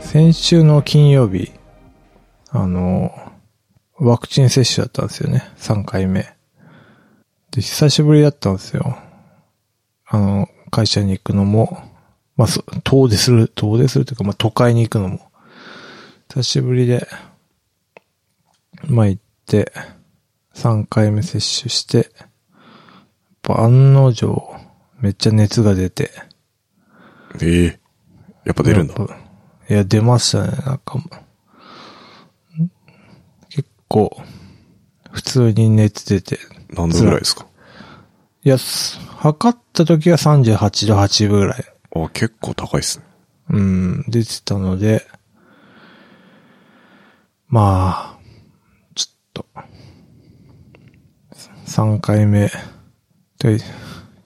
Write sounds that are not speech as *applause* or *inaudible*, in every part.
先週の金曜日、あの、ワクチン接種だったんですよね。3回目。で、久しぶりだったんですよ。あの、会社に行くのも、まあ、そ遠出する、遠出するというか、まあ、都会に行くのも、久しぶりで、まあ、行って、3回目接種して、やっぱ案の定、めっちゃ熱が出て。ええやっぱ出るんだ。やっぱいや、出ましたね、なんかもう。ん結構、普通に熱出て。何度ぐらいですかいや、す測った時は38度8分ぐらい。あ、結構高いっすね。うん、出てたので、まあ、ちょっと、3回目で、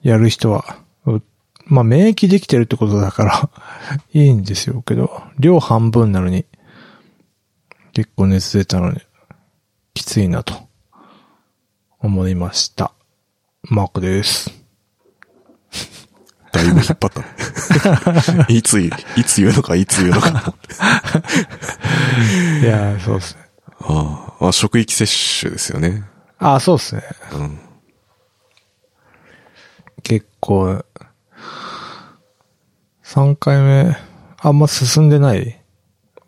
やる人は、うまあ免疫できてるってことだから、 *laughs* いいんですよけど、量半分なのに、結構熱出たのに、きついなと、思いました。マークです。だいぶ引っ張ったね。 *laughs* いつ、いつ言うのか、いつ言うのか。いやー、そうですね。 *laughs* ああ、あ職域接種ですよね。あ、そうですね。うん。結構、3回目、あんま進んでない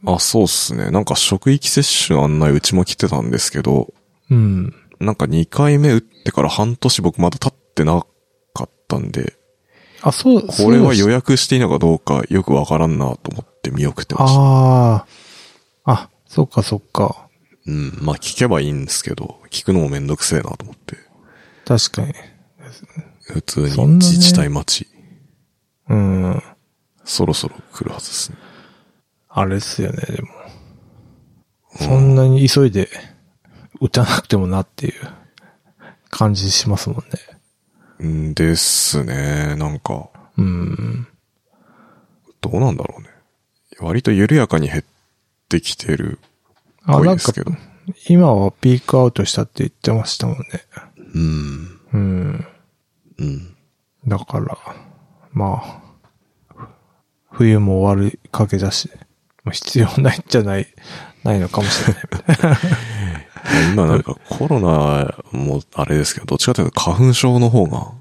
あ、そうっすね。なんか職域接種の案内うちも来てたんですけど、うん。なんか2回目打ってから半年僕まだ経ってなかったんで、あ、そう、これはよ予約していいのかどうかよくわからんなと思って見送ってました。ああ。あ、そっかそっか。うん。まあ聞けばいいんですけど、聞くのもめんどくせえなと思って。確かに。普通にそんなね自治体待ち、うん。そろそろ来るはずですね。あれっすよね、でも。そんなに急いで打たなくてもなっていう感じしますもんね。うんですね。なんか、うん。どうなんだろうね。割と緩やかに減ってきてるっあ、ぽいなんでかすけど。、今はピークアウトしたって言ってましたもんね。うん。うん。うん。だから、まあ、冬も終わりかけだし、まあ必要ないんじゃない、ないのかもしれない。今なんかコロナもあれですけど、どっちかというと花粉症の方 *laughs* が、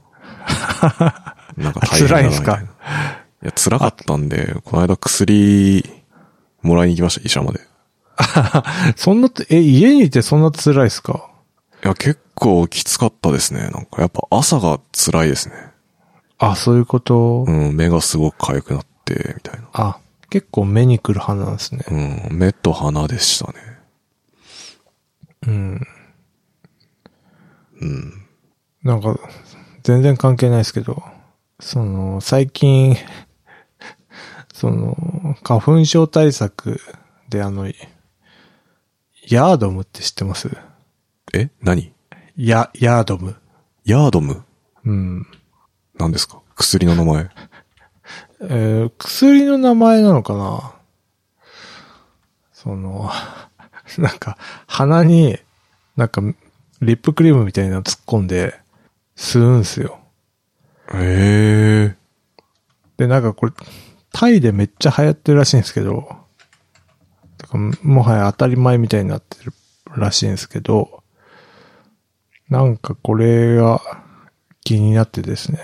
なんか大変だな辛いんすかみたないや、辛かったんで、この間薬もらいに行きました、医者まで。 *laughs* そんなつ、え、家にいてそんな辛いですかいや、結構きつかったですね。なんかやっぱ朝が辛いですね。あ、そういうこと、うん、目がすごく痒くなって、みたいな。あ、結構目に来る派なんですね。うん、目と鼻でしたね。うん。うん。なんか、全然関係ないですけど、その、最近、 *laughs* その、花粉症対策であの、ヤードムって知ってますえ何ヤ、ヤードム。ヤードムうん。何ですか薬の名前。えー薬の名前なのかなその、 *laughs* なんか、鼻に、なんか、リップクリームみたいなの突っ込んで、吸うんすよ。ええで、なんかこれ、タイでめっちゃ流行ってるらしいんですけど、だからもはや当たり前みたいになってるらしいんですけど、なんかこれが気になってですね。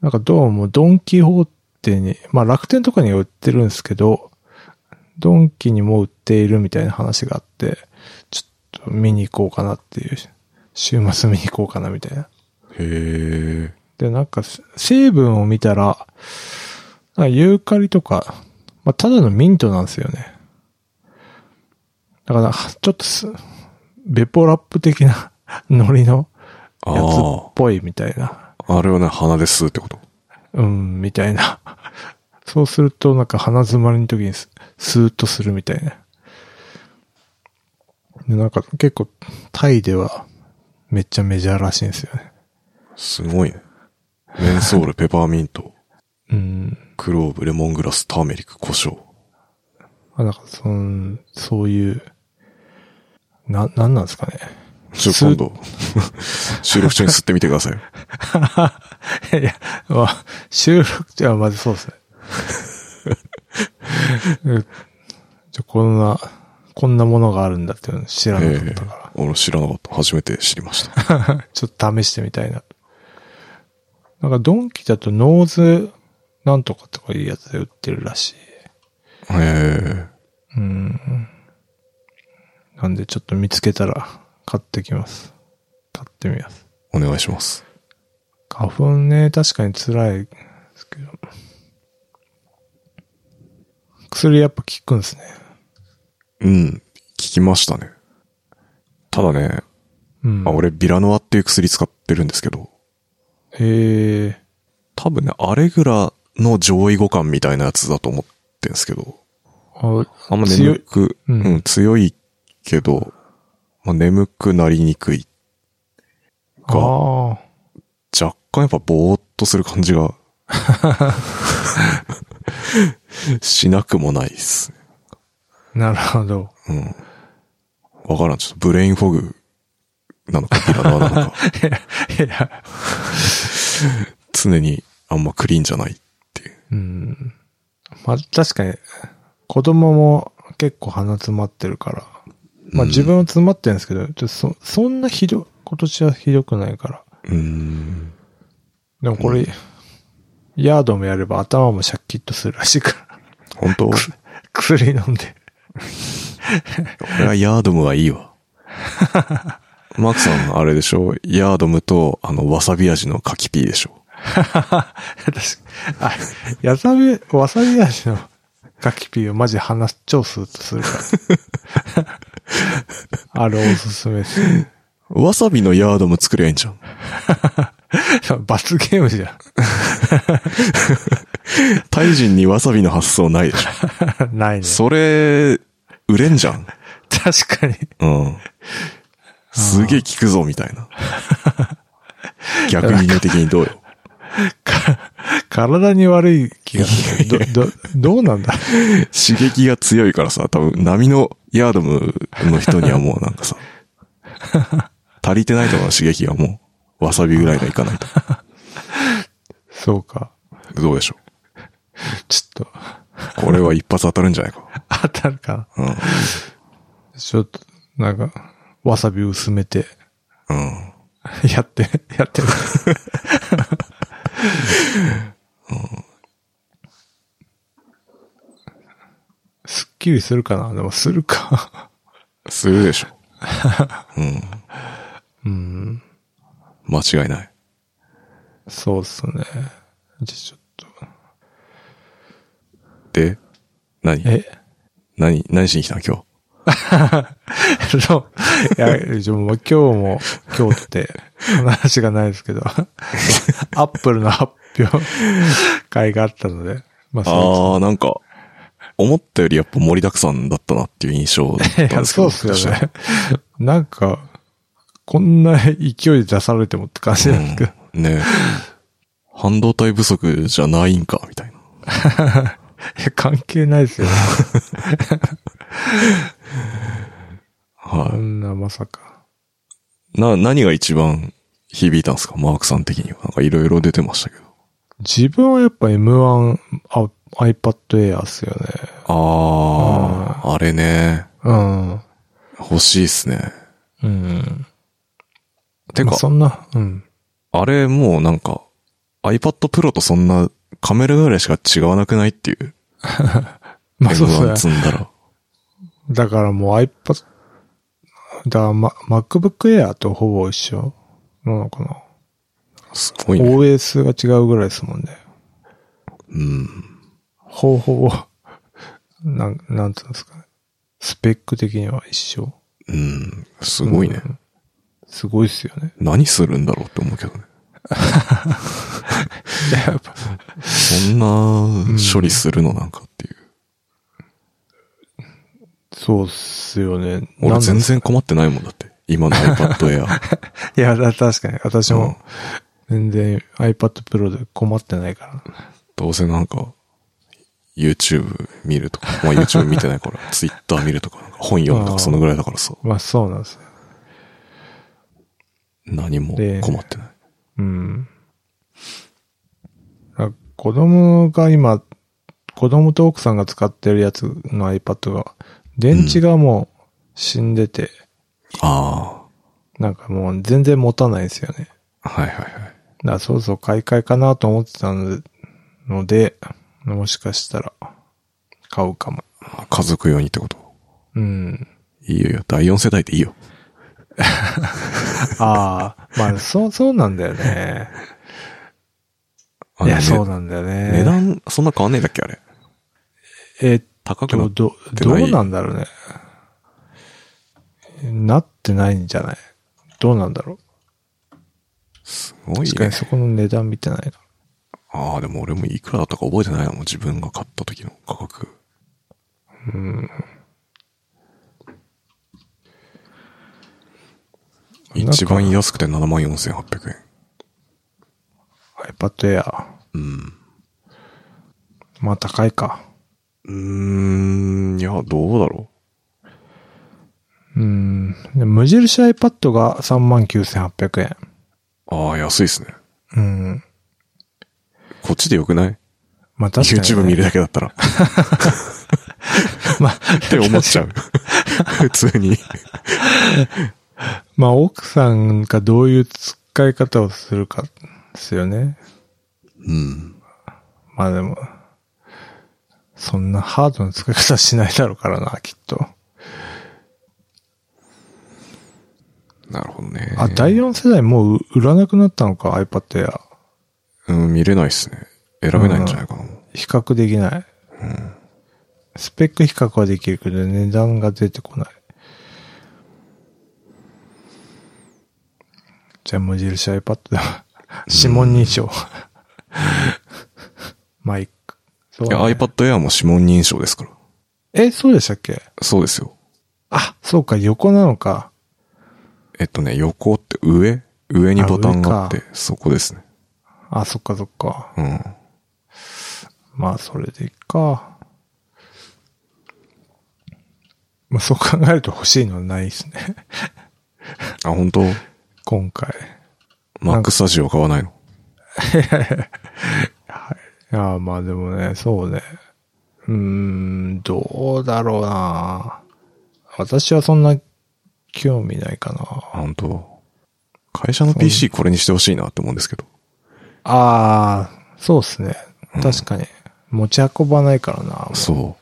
なんかどうもドンキホーテに、まあ楽天とかには売ってるんですけど、ドンキにも売っているみたいな話があって、ちょっと見に行こうかなっていう、週末見に行こうかなみたいな。へえ。で、なんか、せ成分を見たら、なんかユーカリとか、まあ、ただのミントなんですよね。だから、はちょっとす、ベポラップ的な *laughs* ノリのやつっあぽいみたいな。あ。あれはね、鼻で吸うってこと。うん、みたいな。そうすると、なんか鼻詰まりの時にススーッとするみたいな。で、なんか結構、タイではめっちゃメジャーらしいんですよね。すごいね。メンソール、ペパーミント、うん。クローブ、レモングラス、ターメリック、胡椒。まあ、なんか、その、そういう、な、なんなんですか *laughs* ね。ちょ、吸今う度、収録中に吸ってみてく *laughs* ださい。いや、まあ、収録ってはまずそうですね。 *laughs* じゃこんな、こんなものがあるんだっていうの知らなかったかええ俺知らなかった。初めて知りました。ら。ちょっと試してみたいな。なんかドンキだとノーズなんとかとかいうやつで売ってるらしい。えうん。なんでちょっと見つけたら買ってきます。買ってみます。えお願いします。花粉ね、確かに辛いですけど。薬やっぱ効くんですね。うん。聞きましたね。ただね、うん。あ俺、ビラノアっていう薬使ってるんですけど、へえ多分ね、アレグラの上位互換みたいなやつだと思ってんですけど、ー。あんま眠く、強いうんうん、強いけど、まあ、眠くなりにくい。あああ。若干やっぱぼーっとする感じが、しなくもないっすね。なるほ *laughs* ど。うん。わからん。ちょっとブレインフォグなのか、ビラノアな *laughs* のか、いや。常にあんまクリーンじゃないっていう。うん。まあ、確かに、子供も結構鼻詰まってるから。まあうん自分は詰まってるんですけど、ちょっとそ、そんなひど、今年はひどくないから。うーん。でもこれ、ヤードもやれば頭もシャッキッとするらしいから。本当薬飲んで。俺はヤードムはいいわ。マークさん、あれでしょヤードムと、あの、わさび味の柿ピーでしょ *laughs* 私、あ、やさび、わさび味のカキピーをマジ鼻超スーッとするから。 *laughs* あれおすすめです。わさびのヤードム作りゃいいんじゃん。罰ゲームじゃん。タイ人にわさびの発想ないでしょ。 *laughs* ないね。それ、売れんじゃん。確かに。うん。すげえ効くぞ、みたいな。逆輸入的にどうよ。か体に悪い気がする。ど、ど、どうなんだ刺激が強いからさ、多分波のヤードムの人にはもうなんかさ、足りてないと思う刺激がもう、わさびぐらいがいかないと。そうか。どうでしょちょっと、うこれは一発当たるんじゃないか。当たるかうん。な。ちょっと、なんか、わさび薄めて、うん。 *laughs* やって、やってる。すっきりするかなでもするか。 *laughs* するでしょ。ううん。ん。間違いない。そうっすね。じゃ、ちょっと。で、何え何、何しに来たの今日。そう。 *laughs* いや、じゃあもう今日も、今日って話がないですけど、 *laughs* アップルの発表会があったので、まあそあー、なんか、思ったよりやっぱ盛りだくさんだったなっていう印象だったう。*laughs* んいやですけそうど。っすよね。なんか、こんな勢いで出されてもって感じなんですけど、うんねえ半導体不足じゃないんか、みたいな。いや関係ないですよ。こはんなまさか。い。な、何が一番響いたんですかマークさん的には。なんかいろいろ出てましたけど。自分はやっぱ M1 あ iPad Air っすよね。あー、あれね。うん。欲しいっすね。うん。てまかあ、そんな、うん。あれもうなんか、iPad Pro とそんなカメラぐらいしか違わなくないっていう。まあそうっすね M1。積んだら。だからもう iPad、だから、ま、MacBook Air とほぼ一緒なのかな。すごいね。 OS が違うぐらいですもんね。うん。方法を、 *laughs* なん、なんつうんですかね。スペック的には一緒。うん。すごいね。うんすごいっすよね。 *laughs* 何するんだろうって思うけどね。やっぱ、そんな処理するのなんかっていう。そうっすよね。俺全なん然困ってないもんだって。今の iPad Air。だいや、だ確かに。 *laughs* 私も、全然 iPad Pro で困ってないから。どうせなんか、YouTube 見るとか、まあ YouTube 見てな *laughs* いから、Twitter 見るとか、なんか本読むとあーか、そのぐらいだからさ、まあそうなんですよ。何もで困ってない。うん。あ子供が今、子供と奥さんが使ってるやつの iPad が、電池がもう死んでて、あなんかもう全然持たないんですよね。あ。はいはいはい。だからそろそろ買い替えかなと思ってたので、のでもしかしたら、買うかも。あ家族用にってことうん。いいよいいよ。第4世代でいいよ。ああ、 *laughs* まあ、そう、そうなんだよね。 *laughs* あいねや、そうなんだよね。値段、そんな変わんねえんだっけあれ。えっ高くなと、っど、てどないうなんだろうね。なってないんじゃないどうなんだろう。すごい確かねに。そこの値段見てないな。ああ、でも俺もいくらだったか覚えてないな、もう自分が買った時の価格。うん。なんか一番安くて74,800円。 iPad Air。うん。まあ高いか。うーん、いや、どうだろうん。で無印 iPad が39,800円。う。ああ、安いですね。うん。こっちでよくない、まあ確かに、ね。 ?YouTube 見るだけだったら。まあ、って思っちゃう。普通に。 *laughs* まあ奥さんがどういう使い方をするかですよね。うん。まあでも、そんなハードな使い方しないだろうからな、きっと。なるほどね。あ、第4世代もう売らなくなったのか、iPad や。うん、見れないっすね。選べないんじゃないかな。比較できない。スペック比較はできるけど、値段が出てこない。じゃあ無印 iPad だ。指紋認証。マイク。そういだや、ね iPad Air も指紋認証ですから。え、そうでしたっけそうですよ。あ、そうか、横なのか。えっとね、横って上上にボタンがあってあ、そこですね。あ、そっかそっか。うん。まあ、それでいいか。まあ、そう考えると欲しいのはないですね。あ、本当今回。マックスタジオ買わないのいや、まあでもね、そうね。うーん、どうだろうな私はそんな興味ないかあな本当会社の PC これにしてほしいなって思うんですけど。ああ、そうですね。確かに。持ち運ばないからなそ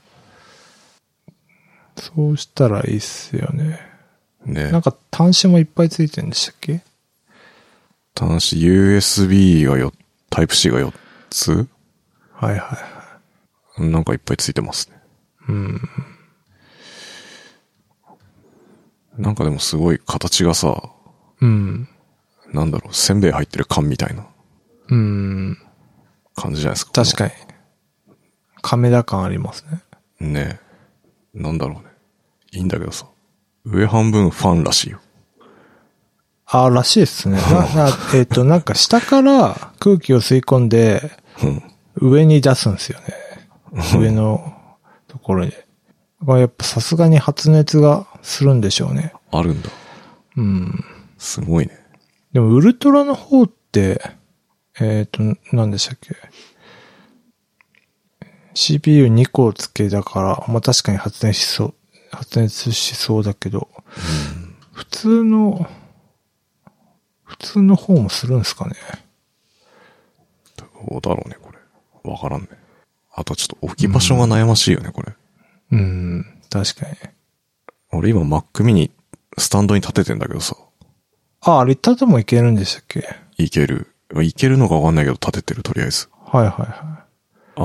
そうしたらいいっすよね。う。ねなんか端子もいっぱいついてるんでしたっけ端子 USB がよ、Type-C が4つはいはい。なんかいっぱいついてますね。うん。なんかでもすごい形がさ、うん。なんだろう、せんべい入ってる缶みたいなうん。感じじゃないですか。確かに。亀田感ありますね。に。ねなんだろうね。いいんだけどさ。上半分ファンらしいよ。ああ、らしいですね。 *laughs* ななえっ、と、なんか下から空気を吸い込んで、うん。上に出すんですよね。上のところに。まあやっぱさすがに発熱がするんでしょうね。あるんだ。うん。すごいね。でもウルトラの方って、えっ、と、何でしたっけ ?CPU2 個付けだから、まあ確かに発熱しそう、発熱しそうだけど、普通の、普通の方もするんですかね。どうだろうね、これ。わからんね。あとちょっと置き場所が悩ましいよね、これ。うん、確かに。俺今 Mac mini スタンドに立ててんだけどさ。あ、あれ、たてもいけるんでしたっけいける。いけるのかわかんないけど立ててる、とりあえず。はいはいはい。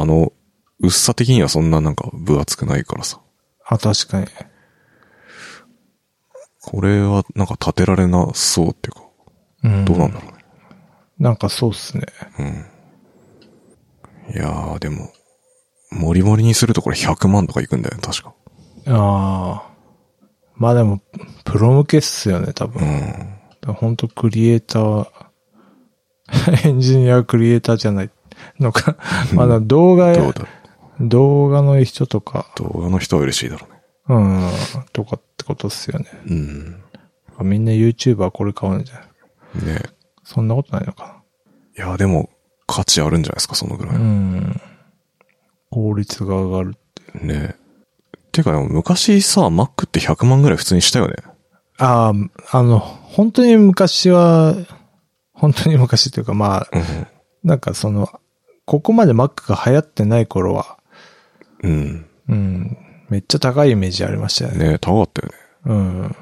あの、薄さ的にはそんななんか分厚くないからさ。あ、確かに。これはなんか立てられなそうっていうか、うん。どうなんだろうね。なんかそうっすね。いやー、でも、モリモリにするとこれ100万とかいくんだよね、確か。ああ。まあでも、プロ向けっすよね、多う分。ん。ほんとクリエイター、 *laughs* エンジニアクリエイターじゃないのか。まあだから動画どうや、だろ動画の人とか、う。動画の人は嬉しいだろうね。うん、とかってことっすよね。うん。みんな YouTuber これ買うんじゃないねそんなことないのかいや、でも、価値あるんじゃないですか、そのぐらい。な。うん。効率が上がる。ねてか、昔さ、Mac って100万ぐらい普通にしたよね。ああ、あの、本当に昔は、本当に昔というか、まあ、なんかその、ここまで Mac が流行ってない頃は、うん。うん、めっちゃ高いイメージありましたよね。ね高かったよね。うん。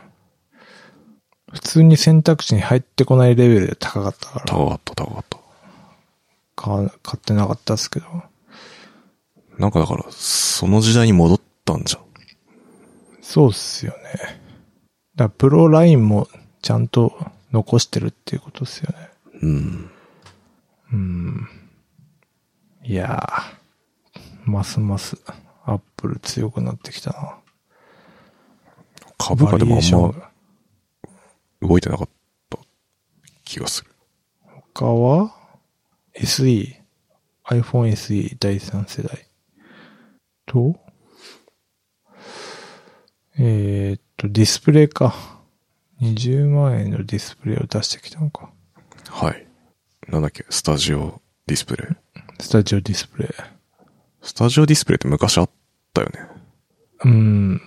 普通に選択肢に入ってこないレベルで高かったから、高かった、高かった。買わ買ってなかったですけど。なんかだから、その時代に戻ったんじゃん。そうっすよね。だからプロラインもちゃんと残してるっていうことですよね。うん。うん。いやー、ますますアップル強くなってきたな。株価でバリもエーシあョンんがま動いてなかった気がする。他は SE、iPhone SE 第3世代と、えーっと、ディスプレイか。20万円のディスプレイを出してきたのか。はい。なんだっけ、スタジオディスプレイ。スタジオディスプレイ。スタジオディスプレイって昔あったよね。うん。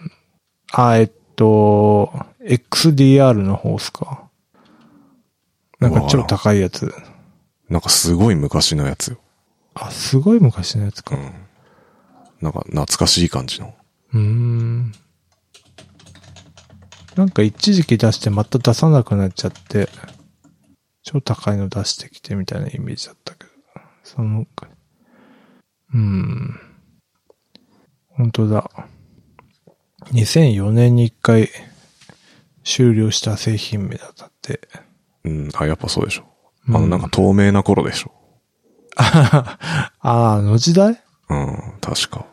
あ、えっと、XDR の方っすか。なんか超高いやつ。なんかすごい昔のやつよ。あ、すごい昔のやつうか。ん。なんか懐かしい感じの。うーん。なんか一時期出してまた出さなくなっちゃって、超高いの出してきてみたいなイメージだったけど。その、うーん。本当だ。2004年に一回終了した製品名だったって。 *laughs* うん。あ、やっぱそうでしょ。あうんの、なんか透明な頃でしょ。ああ、あの時代うん、確か。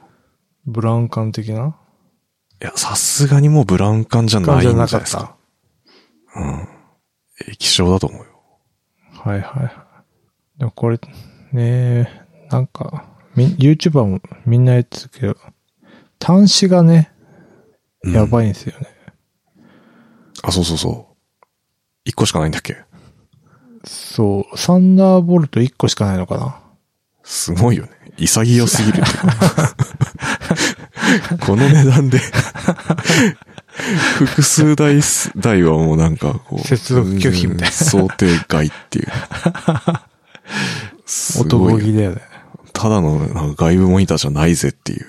ブラウン管的ないや、さすがにもうブラウン管じゃないん感じじゃゃなないでかすっか。た。液晶だと思うよ。はいはいはい。でもこれ、ねえ、なんか、み、YouTuber もみんな言ってたけど、端子がね、うんやばいんですよね。あ、そうそうそう。一個しかないんだっけそう、サンダーボルト1個しかないのかな。すごいよね。潔すぎる。この値段で、複数台す、台はもうなんかこう。接続拒否みたいなうん想定外っていう。す男ご気い。だよね。ただのなんか外部モニターじゃないぜっていう。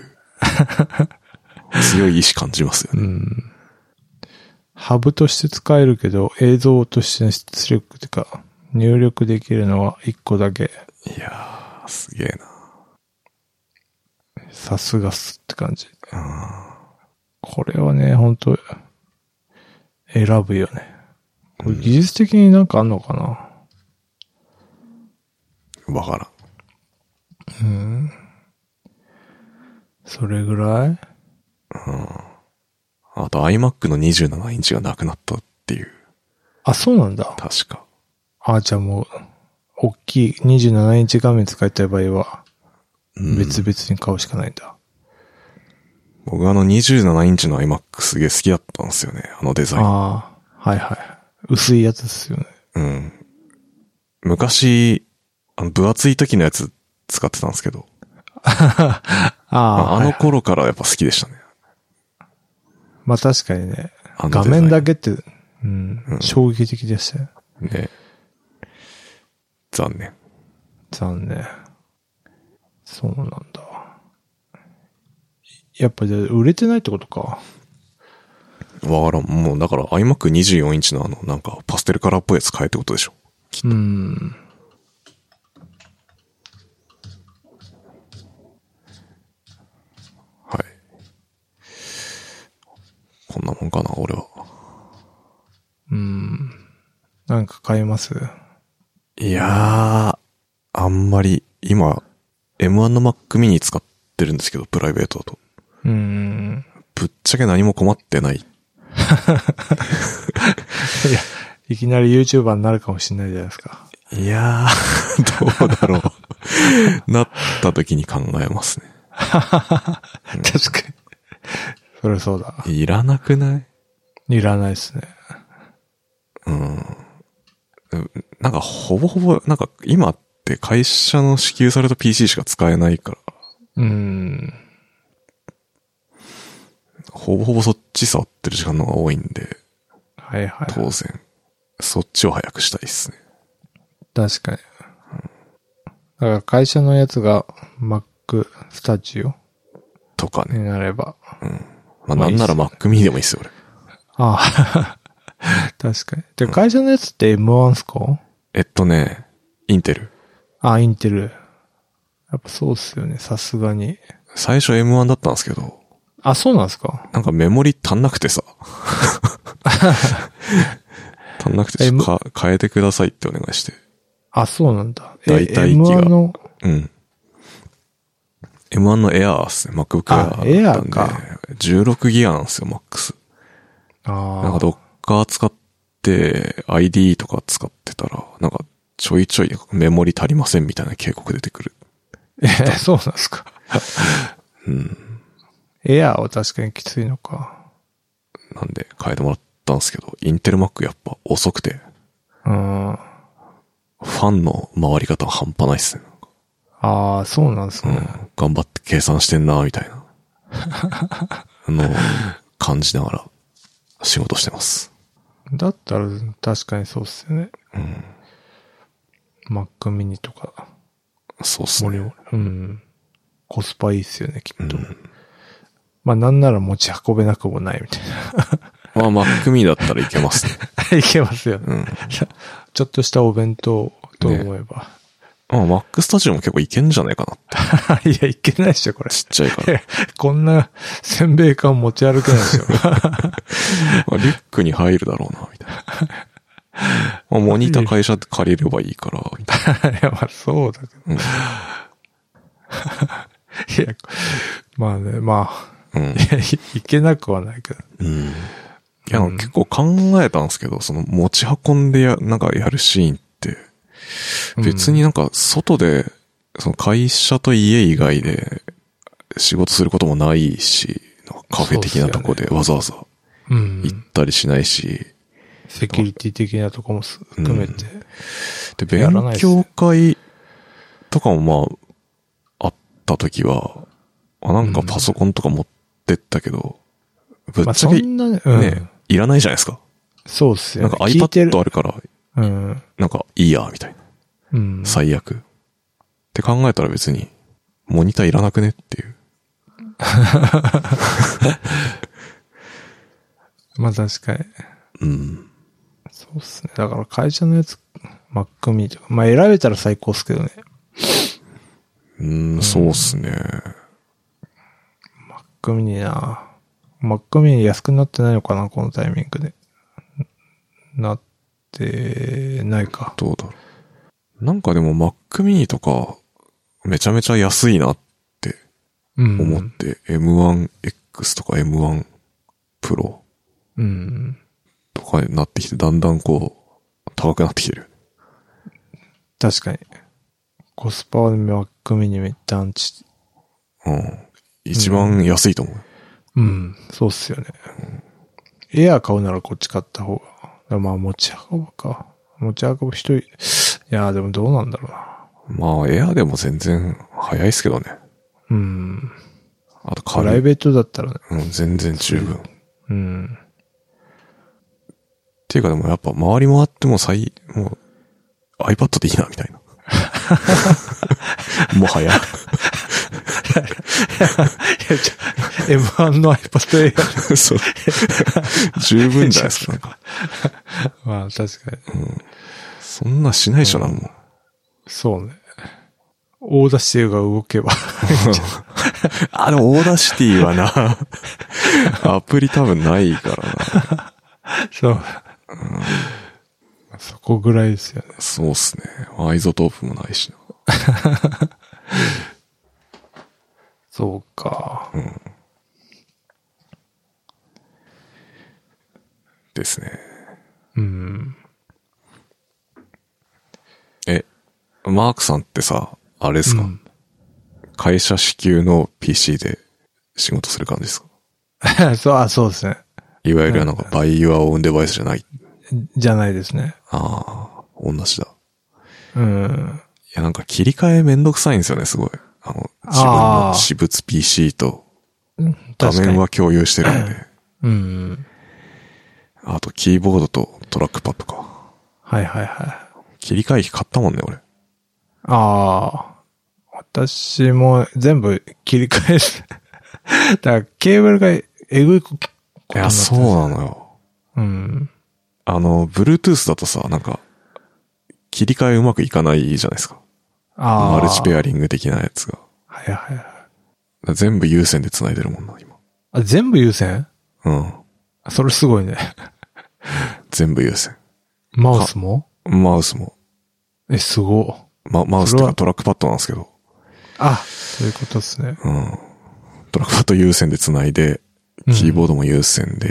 強い意志感じますようね。ん。ハブとして使えるけど、映像として出力っていうか、入力できるのは1個だけ、いやー、すげえさすがっすって感じ。な。これはね、本当選ぶよね。これ技術的になんかあんのかな、うん。わからうん。ん。それぐらいあと iMac の27インチがなくなったっていう、あ、そうなんだ。確か。あ、じゃあもう、大きい27インチ画面使いたい場合は、うん別々に買うしかないんだ。僕あの27インチの iMac すげえ好きだったんですよね、あのデザイン。ああ、はいはい。薄いやつですよね。うん。昔、あの分厚い時のやつ使ってたんですけど、ああああはのい頃からやっぱ好きでしたね。まあ確かにね。あの画面だけって、うん、うん衝撃的でしたよ。ね。残念。残念。そうなんだ。やっぱじゃあ売れてないってことか。わからん。もうだから iMac24 インチのあのなんかパステルカラーっぽいやつ買えってことでしょ。うん。はい。こんなもんかな、俺は。うん。なんか買いますいやー、あんまり、今、M1 の Mac mini 使ってるんですけど、プライベートだと。うん。ぶっちゃけ何も困ってない。いや、いきなり YouTuber になるかもしれないじゃないですか。いや *laughs* ー、どうだろ *laughs* う。なった時に考えますね。確かに。それそうだ。いらなくないいらないですね。なんか、ほぼほぼ、なんか、今って会社の支給された PC しか使えないから、うん。ほぼほぼそっち触ってる時間の方が多いんで、はいはい。当然、そっちを早くしたいですね。確かに。だから会社のやつが Mac Studio とかね。になれば。ままああなんならいい Mac mini でもいいっすよ、俺。ああ。 *laughs* 確かに。で、会社のやつって M1 っすかえっとね、インテル。あ、インテル。やっぱそうっすよね。さすがに。最初 M1 だったんですけど、あ、そうなんすかなんかメモリ足んなくてさ。足んなくて、ちょっとか変えてくださいってお願いして。あ、そうなんだ。え大体機が M1 の、うん。M1 の Air ですね。MacBook あ Air だったん Air で。か16ギガなんですよ、MAX。なんあか Docker 使って、ID とか使ってたら、なんかちょいちょいメモリ足りませんみたいな警告出てくる。あ。 *laughs* え、そうなんすか。うん。エアーは確かにきついのか。なんで変えてもらったんですけど、インテル Mac やっぱ遅くて、うん。あファンの回り方半端ないっすね。あ、そうなんすうね。ん。頑張って計算してんな、みた *laughs* いな。あの、感じながら仕事してます。だったら確かにそうっすよね。うん。 Mac mini とか。そうっす俺ね。うん。コスパいいっすよね、きっと。うんまあなんなら持ち運べなくもないみたいまあ、Mac mini だったらいけますね。な。い *laughs* けますよね、うん。ちょっとしたお弁当と思えば。まあ、Mac Studio も結構いけんじゃないかなっ *laughs* て。いや、いけないっしょ、これ。ちっちゃい *laughs* から。こんなせんべい缶持ち歩けない *laughs* ですよ。まあ、リュックに入るだろうな、みたいな。まあ、モニター会社で借りればいいから、みたいいや、まあそうだけど。うんいや、まあね、まあ、な。うんい。やいいけなくはないけど。うん。いや、なんか結構考えたんですけど、その持ち運んでや、なんかやるシーンって、別になんか外で、その会社と家以外で仕事することもないし、なんかカフェ的なとこでわざわざうん。行ったりしないし、セキュリティ的なとこも含めて。で、や勉らないっす強ね会とかもまあ、あった時は、あなんかパソコンとか持ってったけど、ぶまあっちゃそけ、んね、なね、うん。いらないじゃないですか。そうっすよなんね。か聞いてる iPad あるから、うん。なんかいいや、みたいうな。ん。最悪。って考えたら別に、モニターいらなくねっていう。まあ確かに。うん。そうっすね。だから会社のやつ、Mac mini とか。まあ選べたら最高っすけどね。うん、そうっすね。 Mac mini な Mac mini 安くなってないのかなこのタイミングで。なってないか。どうだろう。なんかでも Mac mini とか、めちゃめちゃ安いなってうん。思って、M1X とか M1 Pro うん。とかになってきて、だんだんこう、高くなってきてる。確かに。コスパは Mac mini めっちゃアンチ。うん。一番安いと思う。うん。そうっすよね。エアー買うならこっち買った方が。でもまあ持ち運ぶか。持ち運ぶ人い、いやーでもどうなんだろうな。まあ、エアでも全然早いっすけどね。うん。あとプライ軽い。ベートだったらね。うん、全然十分。うん。っていうかでもやっぱ回り回っても最、もう iPad でいいな、みたいな。 *laughs* もはいや。や、ちょ M1 の iPad Air。 *laughs* そう。十分じゃない *laughs* ですか。なんか *laughs* まあ確かに。そんなしないでしょな、もう。そうね。オーダーシティが動 *laughs* けば。あ、でもオーダーシティ *laughs* はな、アプリ多分ないからな。そう。そこぐらいですよね。そうっすね。アイゾトープもないしな。そうか。ですね。うん。え、マークさんってさ、あれですか、うん会社支給の PC で仕事する感じですか *laughs* そう、あ、そうですね。いわゆるなんかバイユアオンデバイスじゃない。じゃないですね。ああ、同じだ。うん。いや、なんか切り替えめんどくさいんですよね、すごい。あの、自分の私物 PC と画確か面に。は共有してる *clears throat* んで、うん。あとキーボードとトラックパッドか。はいはいはい。切り替え機買ったもんね、俺。ああ。私も全部切り替えす。 *laughs* だからケーブルがえぐいこいとになや、ってそうなのよ。う。うん。あの、Bluetooth だとさ、なんか、切り替えうまくいかないじゃないですか。ああ。マルチペア。アリング的なやつが。だかはいはいはい。ら全部有線で繋いでるもんな、今。あ、全部優先うん。それすごいね。全部有線。 *laughs* マウスもマウスも。え、すご。ま、マウスそとれかはトラックパッドなんですけど。あ、そういうことですね。うん。トラックパッド有線で繋いで、キーボードも有線で、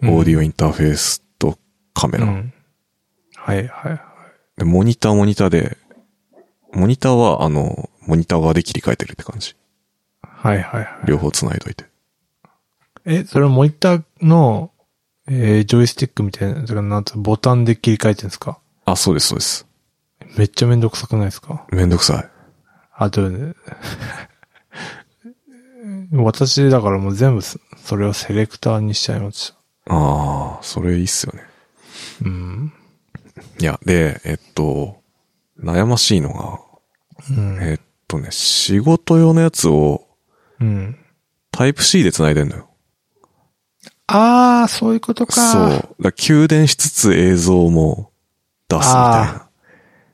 うんオーディオインターフェースとカメうラ。ん。はいはいはい。で、モニターはモニターで、モニターはあの、モニター側で切り替えてるって感じ。はいはいはい。両方繋いどいて。え、それモニターの、えージョイスティックみたいな、だからなんつうボタンで切り替えてるんですかあ、そうです、そうです。めっちゃめんどくさくないですかめんどくさい。あ、とね。 *laughs* 私、だからもう全部そ、それをセレクターにしちゃいましああ、それいいっすよね。た。うん。いや、で、えっと、悩ましいのが、うん。えっとね、仕事用のやつをうん。タイプ C で繋いでんのよ。あー、そういうことか。そう。だから給電しつつ映像も出すみたいな。だか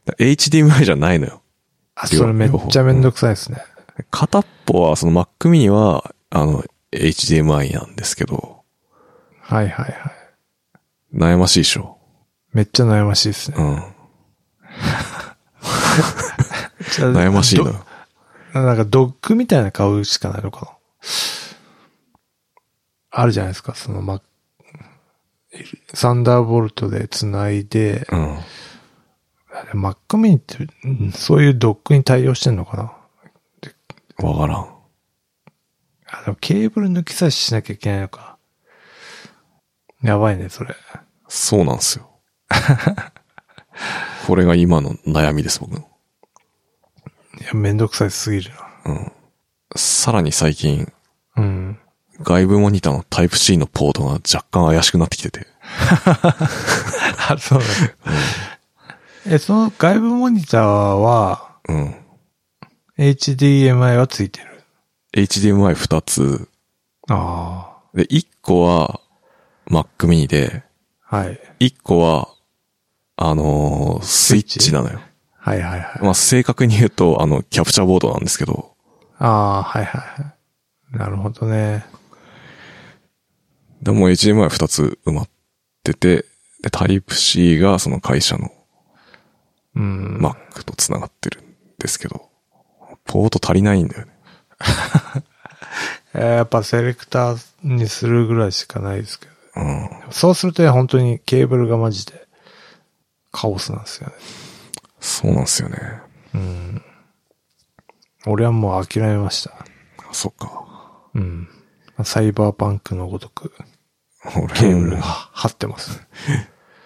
ら HDMI じゃないのよ。あ、それめっちゃめんどくさいですね。片っぽは、その Mac mini は、あの、HDMI なんですけど、はいはいはい。悩ましいでしょ。めっちゃ悩ましいですねう。ん。悩ましいのよ。どなんかドッグみたいなの買うしかないのかな。あるじゃないですか、その、ま、サンダーボルトで繋いで、うん。あれ Mac mini って、うんそういうドッグに対応してんのかな。わからん。あ、でもケーブル抜き差ししなきゃいけないのか。やばいね、それ。そうなんですよ。これが今の悩みです、僕の。いや、めんどくさいすぎるさらに最近、な。うん。外部モニターの Type-C のポートが若干怪しくなってきてて。あ、そうだ、 *laughs* え、その外部モニターは、うん。 HDMI はついてる。 HDMI2 つ。あで、1個は Mac mini で、あ。はい。 1個は、あのースイッチなのよ。はいはいはい。まあ、正確に言うと、あの、キャプチャーボードなんですけど、ああ、はいはいはい。なるほどね。でも HDMI2 つ埋まってて、で、Type-C がその会社のうん。 Mac と繋がってるんですけど、ポート足りないんだよね。えーやっぱセレクターにするぐらいしかないですけうん。ど。そうすると本当にケーブルがマジでカオスなんですよね。そうなんですよね。うん。俺はもう諦めました。そっか。うん。サイバーパンクのごとくケ俺ーもブルが張ってます。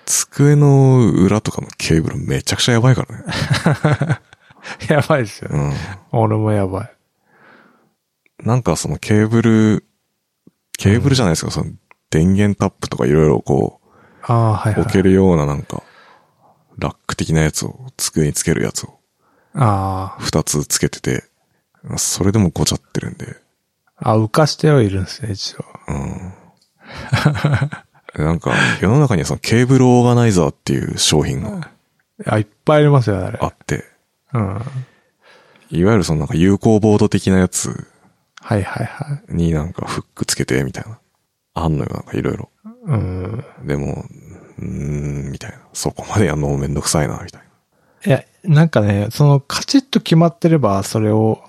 机の裏とかのケーブルめちゃくちゃやばいからね。やばいですよね。う俺もやばい。ん。なんかそのケーブル、ケーブルじゃないですか、その電源タップとかいろいろこ、ああ、はいうは置けい。るようななんか、ラック的なやつを、机につけるやつを、あ二つつけてて、それでもごちゃってるんで、あ。あ、浮かしてはいるんですね、一応。うん。なんか、世の中にはそのケーブルオーガナイザーっていう商品があ、いっぱいありますよね、あれあ。って、うん。はいいわゆるそのなんか有効ボード的なやつはいはい。になんかフックつけて、みたいな。あんのよ、なんかいろいろ。うん。でも、うーん、みたいな。そこまでやんのもめんどくさいな、みたいいや、なんかね、そのカチッと決まってれば、それを、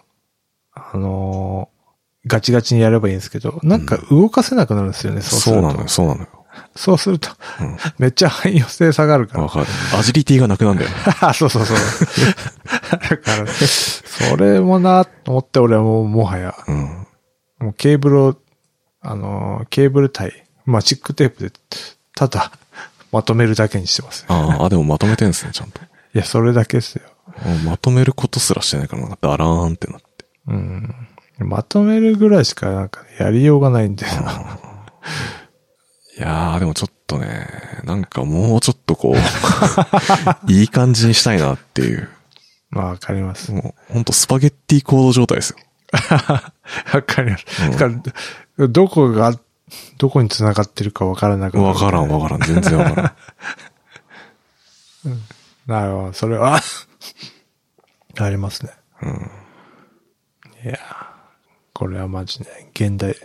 あのーガチガチにやればいいんですけど、なんか動かせなくなるんですよね、な。そうすそるうと。なのよ、そうなのよ。そうすると、ん *laughs* めっちゃ汎用性下がるかわかる。アジリティがなくなんだよね。ら。 *laughs* そうそうそう。だから、それもなと思って、俺はもうもはや、うん。もうケーブルを、あのーケーブル体、マジックテープで、ただ、まとめるだけにしてます。あーあ、でもまとめてんすね、ちゃんと。いや、それだけですよ。うんまとめることすらしてないから、なんかダラーンってなって。ううん。まとめるぐらいしかなんかやりようがないんで。いやー、でもちょっとね、なんかもうちょっとこ *laughs* う、いい感じにしたいなっていう。まあわかります。 *laughs* もう、ほんとスパゲッティコード状態ですよ。わかります。うだんから、どこが、どこに繋がってるかわからなくなるわからんわからん、全然わからん。なるほど。それは、 *laughs* ありますね。うんいやーこれはマジね、現代。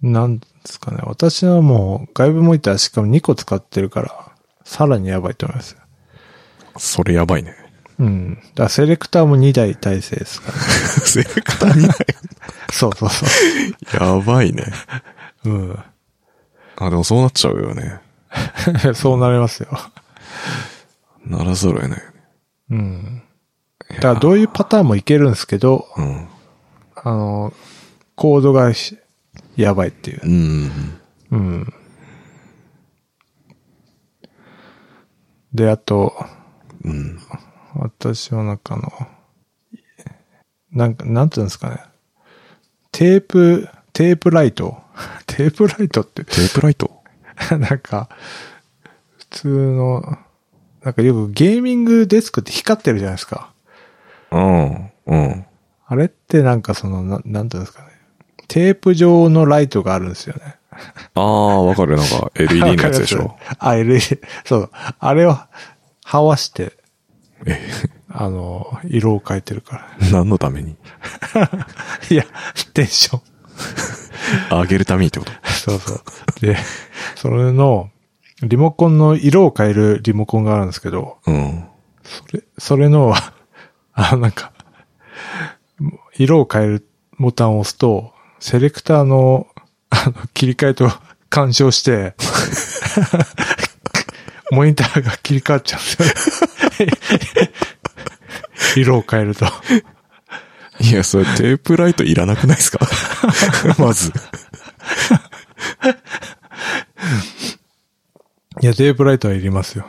なんですかね。私はもう外部モニターしかも2個使ってるから、さらにやばいと思います。それやばいね。 *laughs* うん。だからセレクターも2台体制ですから、ね。セレク *laughs* ターにそうそうそやばいね。う。うん。あ、でもそうなっちゃうよね。 *laughs* そうなりますよ。ならざるを得ないよね。うん。だからどういうパターンもいけるんですけど、うん。あの、コードがしやばいっていうう。ん。うん。で、あと、うん。私はなんかあの、なんか、なんていうんですかね。テープ、テープライト。 *laughs* テープライトって、 *laughs* テープライトなんか、普通の、なんかよくゲーミングデスクって光ってるじゃないですか。うん。うん。あれってなんかその、ななんていうんですかね。テープ状のライトがあるんですよね。ああ、わかる。なんか LED のやつでしょ。あ、LED。そう。あれを、はわして、え、あの、色を変えてるから。何のためにいや、テンション。あげるためにってことそうそう。で、それの、リモコンの色を変えるリモコンがあるんですけど、うん。それ、それの、 *laughs* あ、なんか、色を変えるボタンを押すと、セレクターの、あの、切り替えと *laughs* 干渉して、 *laughs* モニターが切り替わっちゃうんですよ。 *laughs* 色を変えると。いや、それテープライトいらなくないですか *laughs* まず。いや、デーブライトはいりますよ。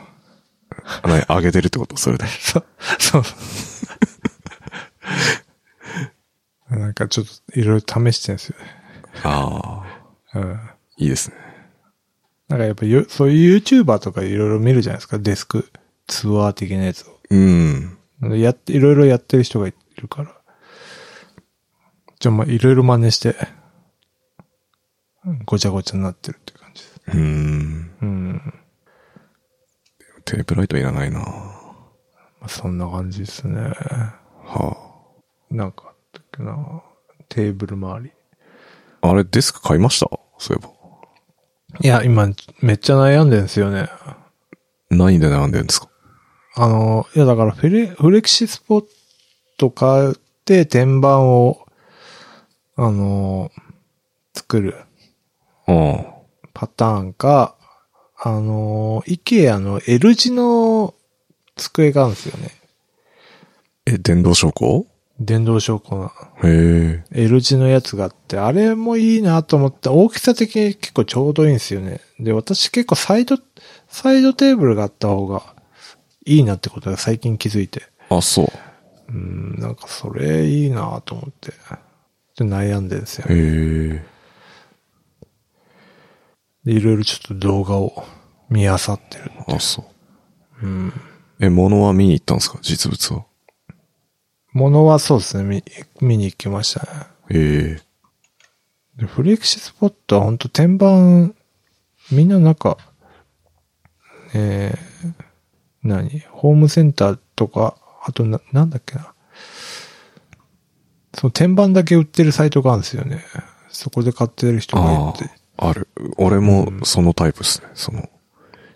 あのあげてるってことそれで。そ、そう *laughs* そう。なんかちょっといろいろ試してるんですよね。ああ。うん。いいですね。なんかやっぱよ、そういう YouTuber とかいろいろ見るじゃないですか。デスクツアー的なやつを。うん。なんでやって、いろいろやってる人がいるから。じゃあまあいろいろ真似して、うんごちゃごちゃになってるって感じです。うん。うん。まテープライトいらないなあ、そんな感じですね。はなんかあったっけな。テーブル周り。あ。あれ、デスク買いましたそういえば。いや、今、めっちゃ悩んでるんですよね。何で悩んでるんですかあの、いやだからフレ、フレキシスポット買って天板を、あの、作るうん。パターンか、あの、IKEA の L 字の机があるんですよね。え、電動昇降電動昇降のへえ。 L 字のやつがあって、あれもいいなと思って、大きさ的に結構ちょうどいいんですよね。で、私結構サイド、サイドテーブルがあった方がいいなってことが最近気づいて。あ、そう。うん、なんかそれいいなと思って。で悩んでるんですよ。へえ。で、いろいろちょっと動画を見漁ってる。あ、そう。うん。え、物は見に行ったんですか実物は。ものはそうですね、見、見に行きましたね。へえ。で、フレキシスポットはほんと天板、みんななんか、えー、何ホームセンターとか、あとな、なんだっけな。その天板だけ売ってるサイトがあるんですよね。そこで買ってる人があいて。あ、ある。俺もそのタイプですね。その、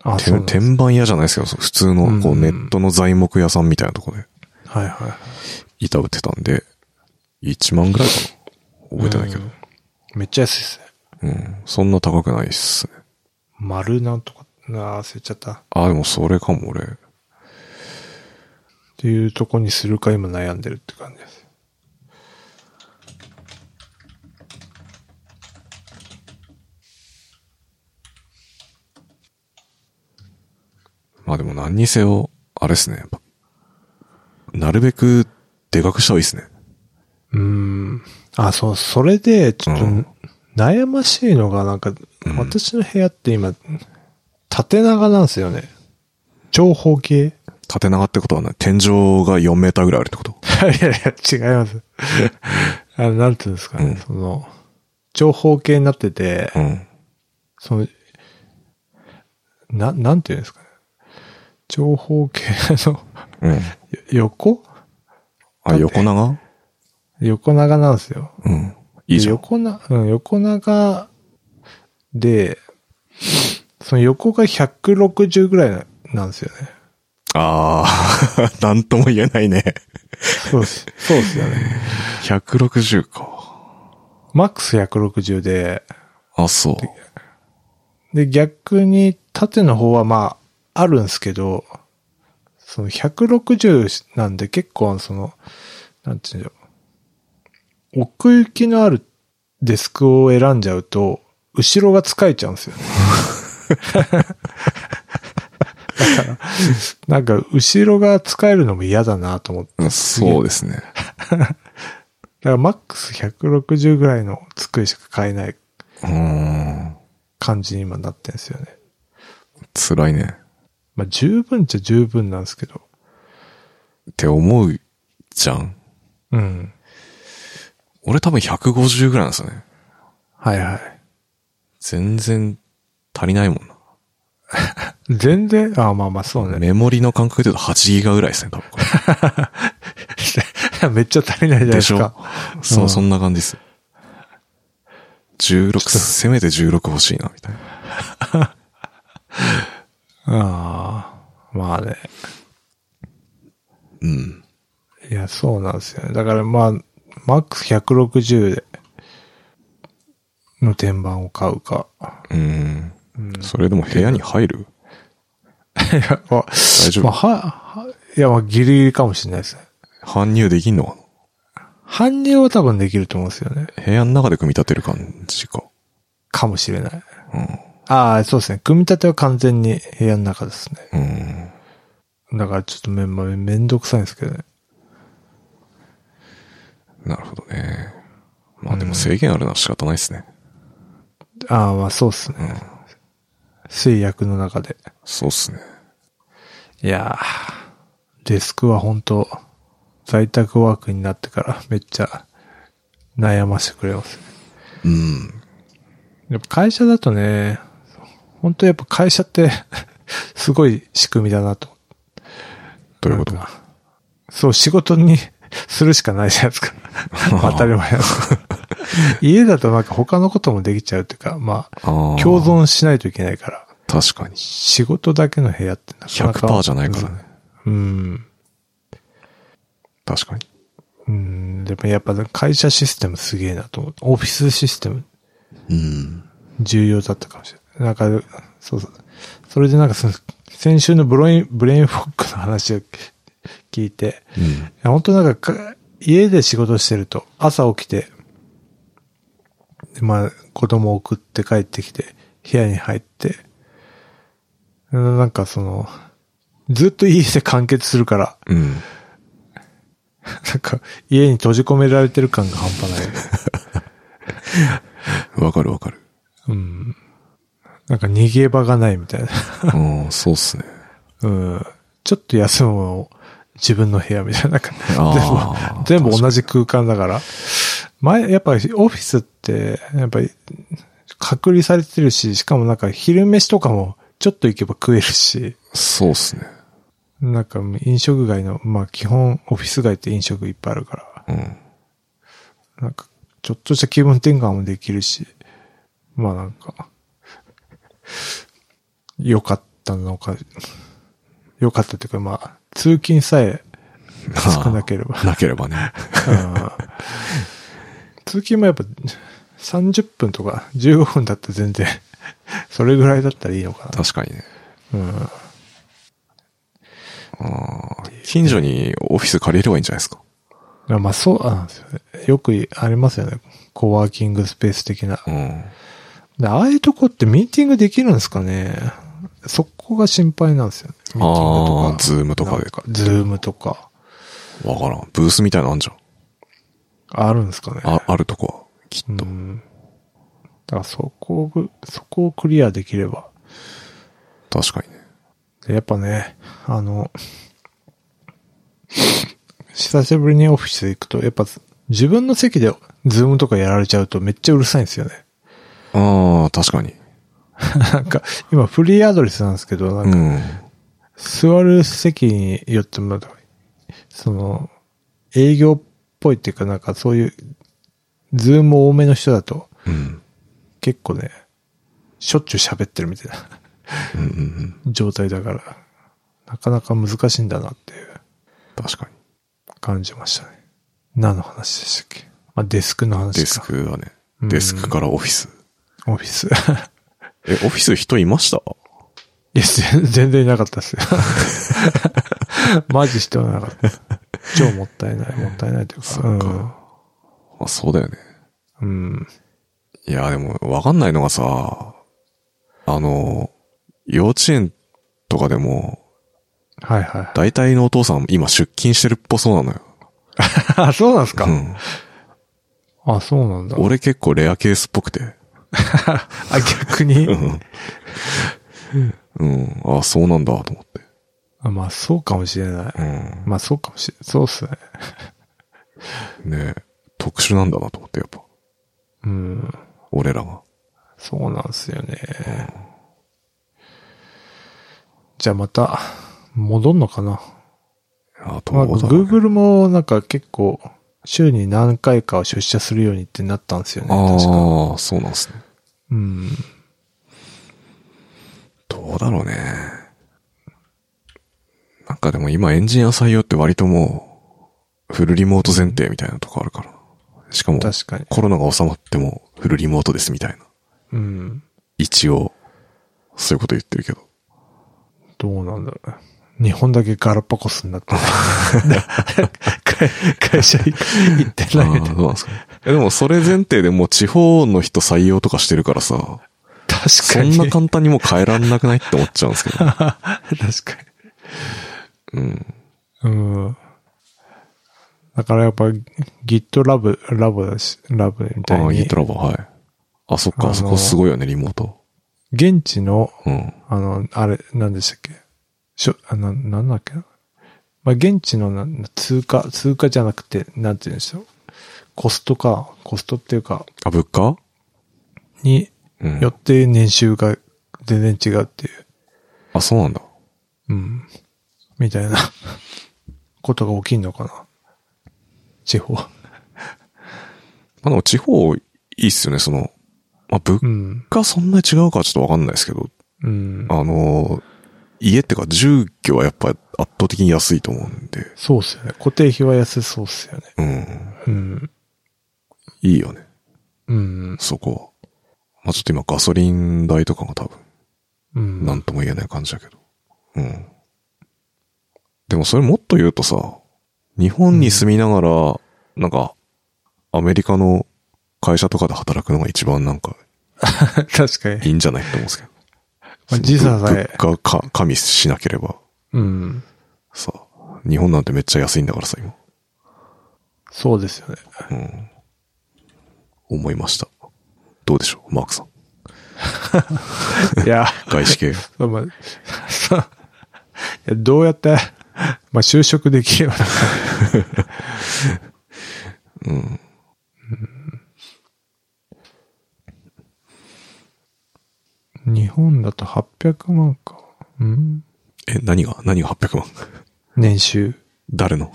あてなんです天板屋じゃないですけど、その普通のこううんネットの材木屋さんみたいなとこではいはいはい。板売ってたんで、1万ぐらいかな覚えてないけどう。んめっちゃ安いですね。うん。そんな高くないっすね。丸なんとか、なあ、忘れちゃった。っあ、でもそれかも俺。ていうとこにするか今悩んでるって感じです。まあでも何にせよ、あれですね。やっぱなるべくでかくした方がいいですね。うーん。あ、そう、それで、ちょっとうん、悩ましいのが、なんか、うん私の部屋って今、縦長なんですよね。長方形 *laughs* い縦長ってことはね、天井が4メーターぐらいあるって *laughs* ことやいや、違います。 *laughs* あの、なんていうんですかね、うんその、長方形になってて、うん。その、な、なんていうんですかね。長方形の *laughs* うん。よ横あ、横長横長なんですよ。うん。いいじゃん。横な、うん、横長で、その横が160ぐらいななんですよね。ああ、 *laughs* なんとも言えないね。そうです。そうですよね。 160か。マックス160で、あ、そう。で、逆に縦の方はまあ、あるんですけど、その160なんで結構その、なんていうんだろう。奥行きのあるデスクを選んじゃうと、後ろが疲れちゃうんですよね。 *laughs* だから、なんか、後ろが使えるのも嫌だなと思って。だうんそうですね。から、マックス160ぐらいの机しか買えないうーん。感じに今なってんですよね。辛いね。まあ、十分っちゃ十分なんですけど。って思うじゃん。うん。俺多分150ぐらいなんですよね。はいはい。全然足りないもんな。全然、あまあまあそうね。メモリの感覚で言うと8ギガぐらいですね、多分これ *laughs* めっちゃ足りないじゃないででしすょか。そうう、んそんな感じです。16、せめて16欲しいな、みたいな。ああ、まあね。うん。いや、そうなんですよね。だからまあ、マックス160で、の天板を買うか。うん。うん。それでも部屋に入るいや、まあ、大丈まあ夫は、はいや、まあ、ギリギリかもしれないですね。搬入できんのか搬入は多分できると思うんですよね。な部屋の中で組み立てる感じか。かもしれない。うん。ああ、そうですね。組み立ては完全に部屋の中ですね。うん。だからちょっとめ、まあめんどくさいんですけどね。なるほどね。まあでうんも制限あるのは仕方ないですね。ああ、まあそうっすね。うん。制約の中で。そうっすね。いやーデスクは本当在宅ワークになってから *laughs* めっちゃ悩ませてくれますね。うん。やっぱ会社だとね、本当やっぱ会社って *laughs* すごい仕組みだなと。どういうことなんかそう、仕事にするしかないじゃないです *laughs* か。当たり前なんですけど家だとなんか他のこともできちゃうっていうか、まあ、ああ。共存しないといけないから、確かに。仕事だけの部屋ってなかなか。 100%じゃないからね。うん。確かに。うん、でもやっぱ会社システムすげえなと思う。オフィスシステムうん。重要だったかもしれない。なんか、そうそう。それでなんかその、先週のブロイン、ブレインフォックの話を聞いて、いうん。や本当なんかか家で仕事してると、朝起きて、でまあ、子供送って帰ってきて、部屋に入って、うんなんかその、ずっと家で完結するから、うん。なんか、家に閉じ込められてる感が半端ない。わかる *laughs* わかる。うん。なんか逃げ場がないみたいな。うん、そうっすね。うん。ちょっと休むのを自分の部屋みたいな。なんかあー全部、全部同じ空間だから。前、やっぱりオフィスって、やっぱり隔離されてるし、しかもなんか昼飯とかもちょっと行けば食えるし、そうっすね。なんか飲食街の、まあ基本オフィス街って飲食いっぱいあるから。うん。なんか、ちょっとした気分転換もできるし、まあなんか、良かったのか、良かったというか、まあ、通勤さえ少なければあー。 *laughs* なければね。うん通勤もやっぱ30分とか15分だったら全然、それぐらいだったらいいのかな。確かにね。うん、ああ。近所にオフィス借りればいいんじゃないですか。いやまあそうなんですよね。よくありますよね。コワーキングスペース的な。うん。で、ああいうとこってミーティングできるんですかねそこが心配なんですよね。ミーティングああ、とか。ズームとかなんで。か、ズームとか。わからん。ブースみたいなのあんじゃん。あるんですかね。あ、あるとこは。きうっと。ん。だからそこをぐ、そこをクリアできれば。確かにね。でやっぱね、あの、久しぶりにオフィス行くと、やっぱ自分の席でズームとかやられちゃうとめっちゃうるさいんですよね。 *laughs* ああ、確かに。なんか、今フリーアドレスなんですけど、なんかうん。座る席によっても、その、営業っぽいっていうかなんかそういう、ズーム多めの人だと、うん。結構ね、しょっちゅう喋ってるみたいな *laughs* うんうんうん。状態だから、なかなか難しいんだなっていう確か感じましたね。何の話でしたっけあ、デスクのに。デ話スか。クだね。うんデスクからオフィス。オフィス。 *laughs* え、オフィス人いましたいや、全全然いなかったっすよ。 *laughs* マジ人はなかった。超もったいない、もったいないというか。そっかあ、そうだよね。うん。うん。いや、でも、わかんないのがさ、あの、幼稚園とかでも、はいはい。大体のお父さん今出勤してるっぽそうなのよ。あ、そうなんですか、うん。あ、そうなんだ。俺結構レアケースっぽ *laughs* くて。あ、逆にう。ん。うん。あ、そうなんだ、と思って。あまあ、そうかもしれない。うん。まあ、そうかもしれない。そうっすね。ねえ特殊なんだなと思って、やっぱ。うん。俺らが。そうなんすよね。じゃあまた、戻んのかな。あ、とまあ、思うだろうね Google もなんか結構、週に何回かは出社するようにってなったんですよね。確か。ああ、そうなんすね。うん。どうだろうね。なんかでも今エンジニア採用って割ともう、フルリモート前提みたいなとこあるから。しかも、確かに。コロナが収まってもフルリモートですみたいな。うん。一応、そういうこと言ってるけど。どうなんだろうね。日本だけガラパコスになってない *laughs* 会 *laughs* 会社行ってあ *laughs* なあいみー、たいどうな。なんですかね。えでもそれ前提でもう地方の人採用とかしてるからさ、確そかんに。な簡単にもう変えらんなくないって思っちゃうんですけど。 *laughs* 確かうん。に。うん。だからやっぱ GitLab、ラボだし、ラボみあたいあ、に、 GitLab、はい。あ、そっあか、のあそこすごいよね、リモート。現地の、うん。あの、あれ、何でしたっけしょ、あの、なんだっけなまあ、現地のな通貨、通貨じゃなくて、なんて言うんでしょう。コストか、コストっていうか、あ、物価にうん。よって年収が全然違うっていう、あ、そうなんだ。うん。みたいな、 *laughs* ことが起きんのかな。地方。まあでも地方いいっすよね、その、まあ物うん。価そんなに違うかはちょっとわかんないですけど、うん。あの、家ってか住居はやっぱ圧倒的に安いと思うんで、そうっすよね。固定費は安そうっすよね。うん、うん。いいよね、うん。そこは。まあちょっと今ガソリン代とかが多分、うん。なんとも言えない感じだけど。うん。でもそれもっと言うとさ、日本に住みながら、なんか、アメリカの会社とかで働くのが一番なんか確かいに。いんじゃないって思うんですけど。まあ、時差さえ。物価か、加味しなければうん。さ、日本なんてめっちゃ安いんだからさ、今。そうですよね。うん。思いました。どうでしょう、マークさん。いや、外資 *laughs* 系。そうまあ、そう *laughs* いやどうやって、まあ、就職できればなんか *laughs* うん。日本だと800万か。うん。え、何が、何が800万年収。誰の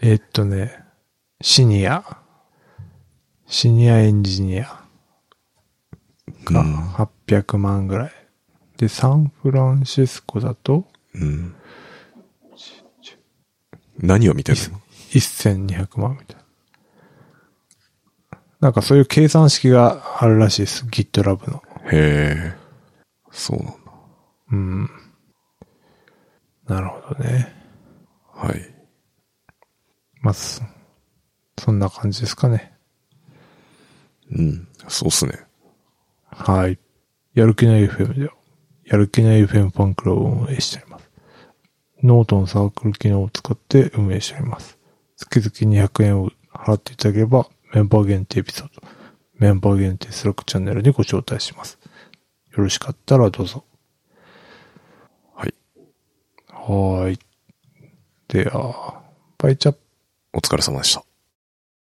えっとね、シニア。シニアエンジニアがうん800万ぐらい。で、サンフランシスコだとうん。何を見てるの1200万みたいな。なんかそういう計算式があるらしいです。GitLab の。へえ。そうなんだ。うん。なるほどね。はい。まあ、そそんな感じですかね。うん。そうっすね。はい。やる気ない FM では、やる気ない FM ファンクラブを運営しております。ノートのサークル機能を使って運営しております。月々200円を払っていただければ、メンバー限定エピソード、メンバー限定スラックチャンネルにご招待します。よろしかったらどうぞ。はい。はーい。では、バイチャップお疲れ様でした。